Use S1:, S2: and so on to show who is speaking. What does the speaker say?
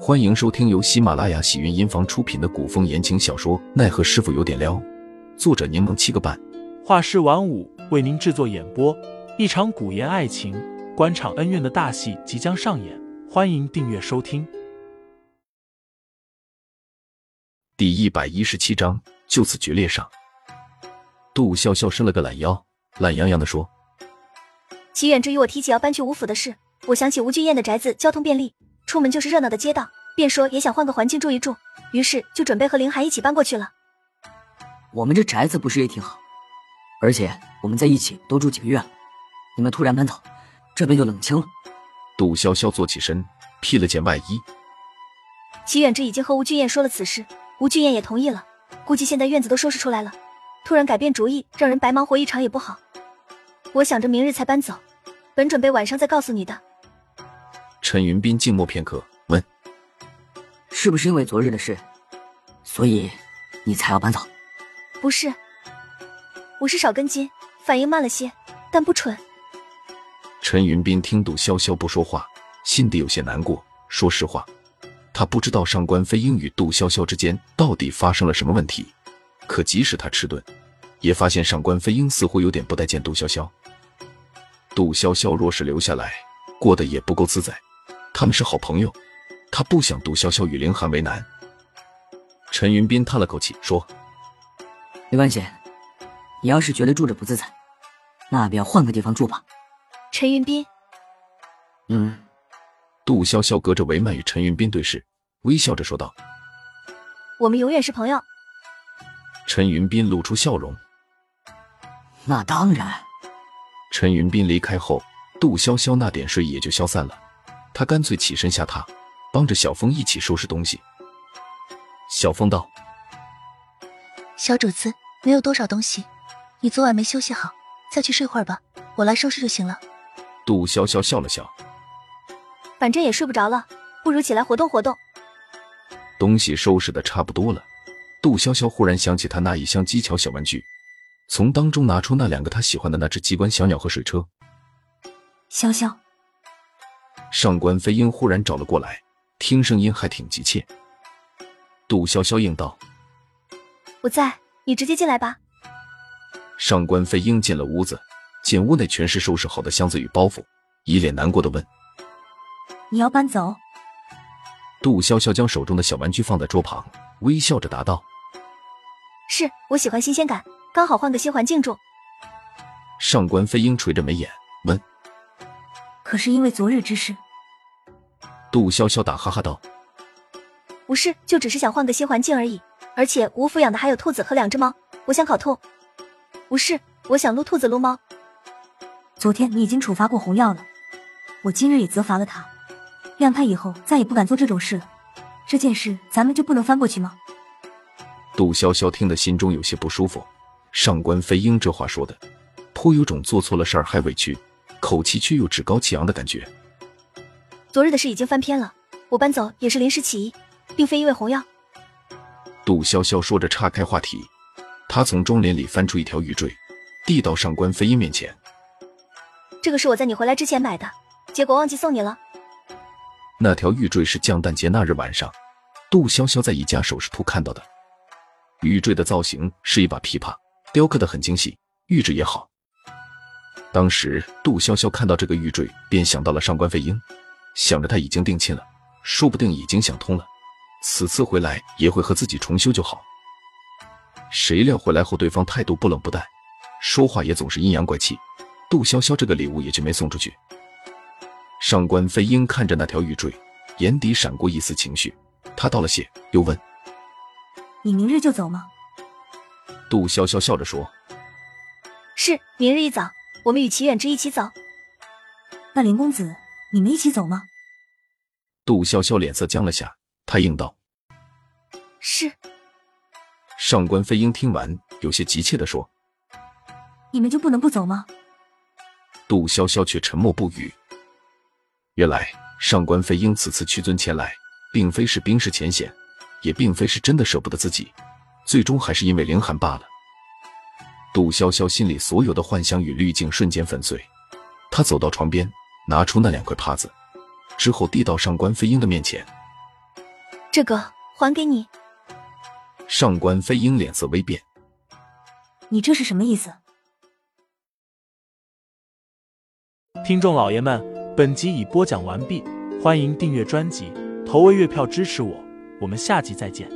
S1: 欢迎收听由喜马拉雅喜云音房出品的古风言情小说《奈何师傅有点撩》，作者柠檬七个半，
S2: 画师晚舞为您制作演播。一场古言爱情、官场恩怨的大戏即将上演，欢迎订阅收听。
S1: 第一百一十七章，就此决裂上。杜笑笑伸了个懒腰，懒洋洋的说
S3: 齐远至于我提起要搬去吴府的事，我想起吴俊彦的宅子交通便利，出门就是热闹的街道，便说也想换个环境住一住，于是就准备和林寒一起搬过去了。
S4: 我们这宅子不是也挺好？而且我们在一起都住几个月了，你们突然搬走，这边就冷清了。：“
S1: 杜潇潇坐起身，披了件外衣。
S3: 齐远之已经和吴俊彦说了此事，吴俊彦也同意了，估计现在院子都收拾出来了，突然改变主意，让人白忙活一场也不好。我想着明日才搬走，本准备晚上再告诉你的。”
S1: 陈云斌静默片刻，问
S4: 是不是因为昨日的事，所以你才要搬走？
S3: 不是，我是少根筋，反应慢了些，但不蠢。：“
S1: 陈云斌听杜潇潇不说话，心底有些难过。说实话，他不知道上官飞鹰与杜潇潇之间到底发生了什么问题。可即使他迟钝，也发现上官飞鹰似乎有点不待见杜潇潇。杜潇潇若是留下来，过得也不够自在。他们是好朋友，他不想杜潇潇与凌寒为难。”陈云斌叹了口气说。
S4: 没关系，你要是觉得住着不自在，那便换个地方住吧。
S3: 陈云斌，
S4: 嗯，
S1: 杜潇潇隔着帷幔与陈云斌对视，微笑着说道
S3: 我们永远是朋友。：“
S1: 陈云斌露出笑容。
S4: 那当然。”
S1: 陈云斌离开后，杜潇潇那点睡意也就消散了。她干脆起身下榻，帮着小峰一起收拾东西。小峰道
S5: 小主子，没有多少东西，你昨晚没休息好，再去睡会儿吧，我来收拾就行了。：“
S1: 杜潇潇笑了笑，
S3: 反正也睡不着了，不如起来活动活动。
S1: 东西收拾的差不多了。”杜潇潇忽然想起她那一箱机巧小玩具，从当中拿出那两个她喜欢的那只机关小鸟和水车。
S3: 潇潇，
S1: 上官飞鹰忽然找了过来，听声音还挺急切。杜潇潇应道。
S3: 我在，你直接进来吧。
S1: 上官飞鹰进了屋子，见屋内全是收拾好的箱子与包袱，一脸难过的问
S5: 你要搬走？
S1: 杜潇潇，将手中的小玩具放在桌旁，微笑着答道。
S3: 是我喜欢新鲜感，刚好换个新环境住。
S1: 上官飞鹰垂着眉眼问
S5: 可是因为昨日之事，
S1: 杜潇潇，打哈哈道
S3: 不是，就只是想换个新环境而已。而且吴府养的还有兔子和两只猫，我想烤兔。不是，我想撸兔子撸猫。
S5: 昨天你已经处罚过红药了，我今日也责罚了他，谅他以后再也不敢做这种事了。这件事咱们就不能翻过去吗？：“
S1: 杜潇潇，听得心中有些不舒服。”上官飞鹰这话说的，颇有种做错了事儿还委屈，口气却又趾高气扬的感觉。
S3: 昨日的事已经翻篇了，我搬走也是临时起意，并非因为红药。
S1: 杜潇潇说着岔开话题，她从装帘里翻出一条玉坠，递到上官飞鹰面前。
S3: 这个是我在你回来之前买的，结果忘记送你了。
S1: 那条玉坠是降诞节那日晚上，杜潇潇在一家首饰铺看到的。玉坠的造型是一把琵琶，雕刻的很精细，玉质也好。当时杜潇潇看到这个玉坠，便想到了上官飞鹰，想着他已经定亲了，说不定已经想通了，此次回来也会和自己重修就好。谁料回来后，对方态度不冷不淡，说话也总是阴阳怪气，杜潇潇这个礼物也就没送出去。上官飞鹰看着那条玉坠，眼底闪过一丝情绪。他道了谢，又问
S5: 你明日就走吗？
S1: 杜潇潇，笑着说
S3: 是，明日一早我们与齐远之一起走。
S5: 那林公子，你们一起走吗？：“
S1: 杜潇潇脸色僵了下。”他应道
S3: 是，：“
S1: 上官飞鹰。”听完，有些急切地说
S5: 你们就不能不走吗？：“
S1: 杜潇潇却沉默不语。”原来，上官飞鹰此次屈尊前来，并非是冰释前嫌，也并非是真的舍不得自己，最终还是因为凌寒罢了。杜潇潇心里所有的幻想与滤镜瞬间粉碎。她走到床边，拿出那两块帕子，之后递到上官飞鹰的面前。
S3: 这个还给你。
S1: 上官飞鹰脸色微变，
S5: 你这是什么意思？
S2: 听众老爷们，本集已播讲完毕，欢迎订阅专辑，投喂月票支持我，我们下集再见。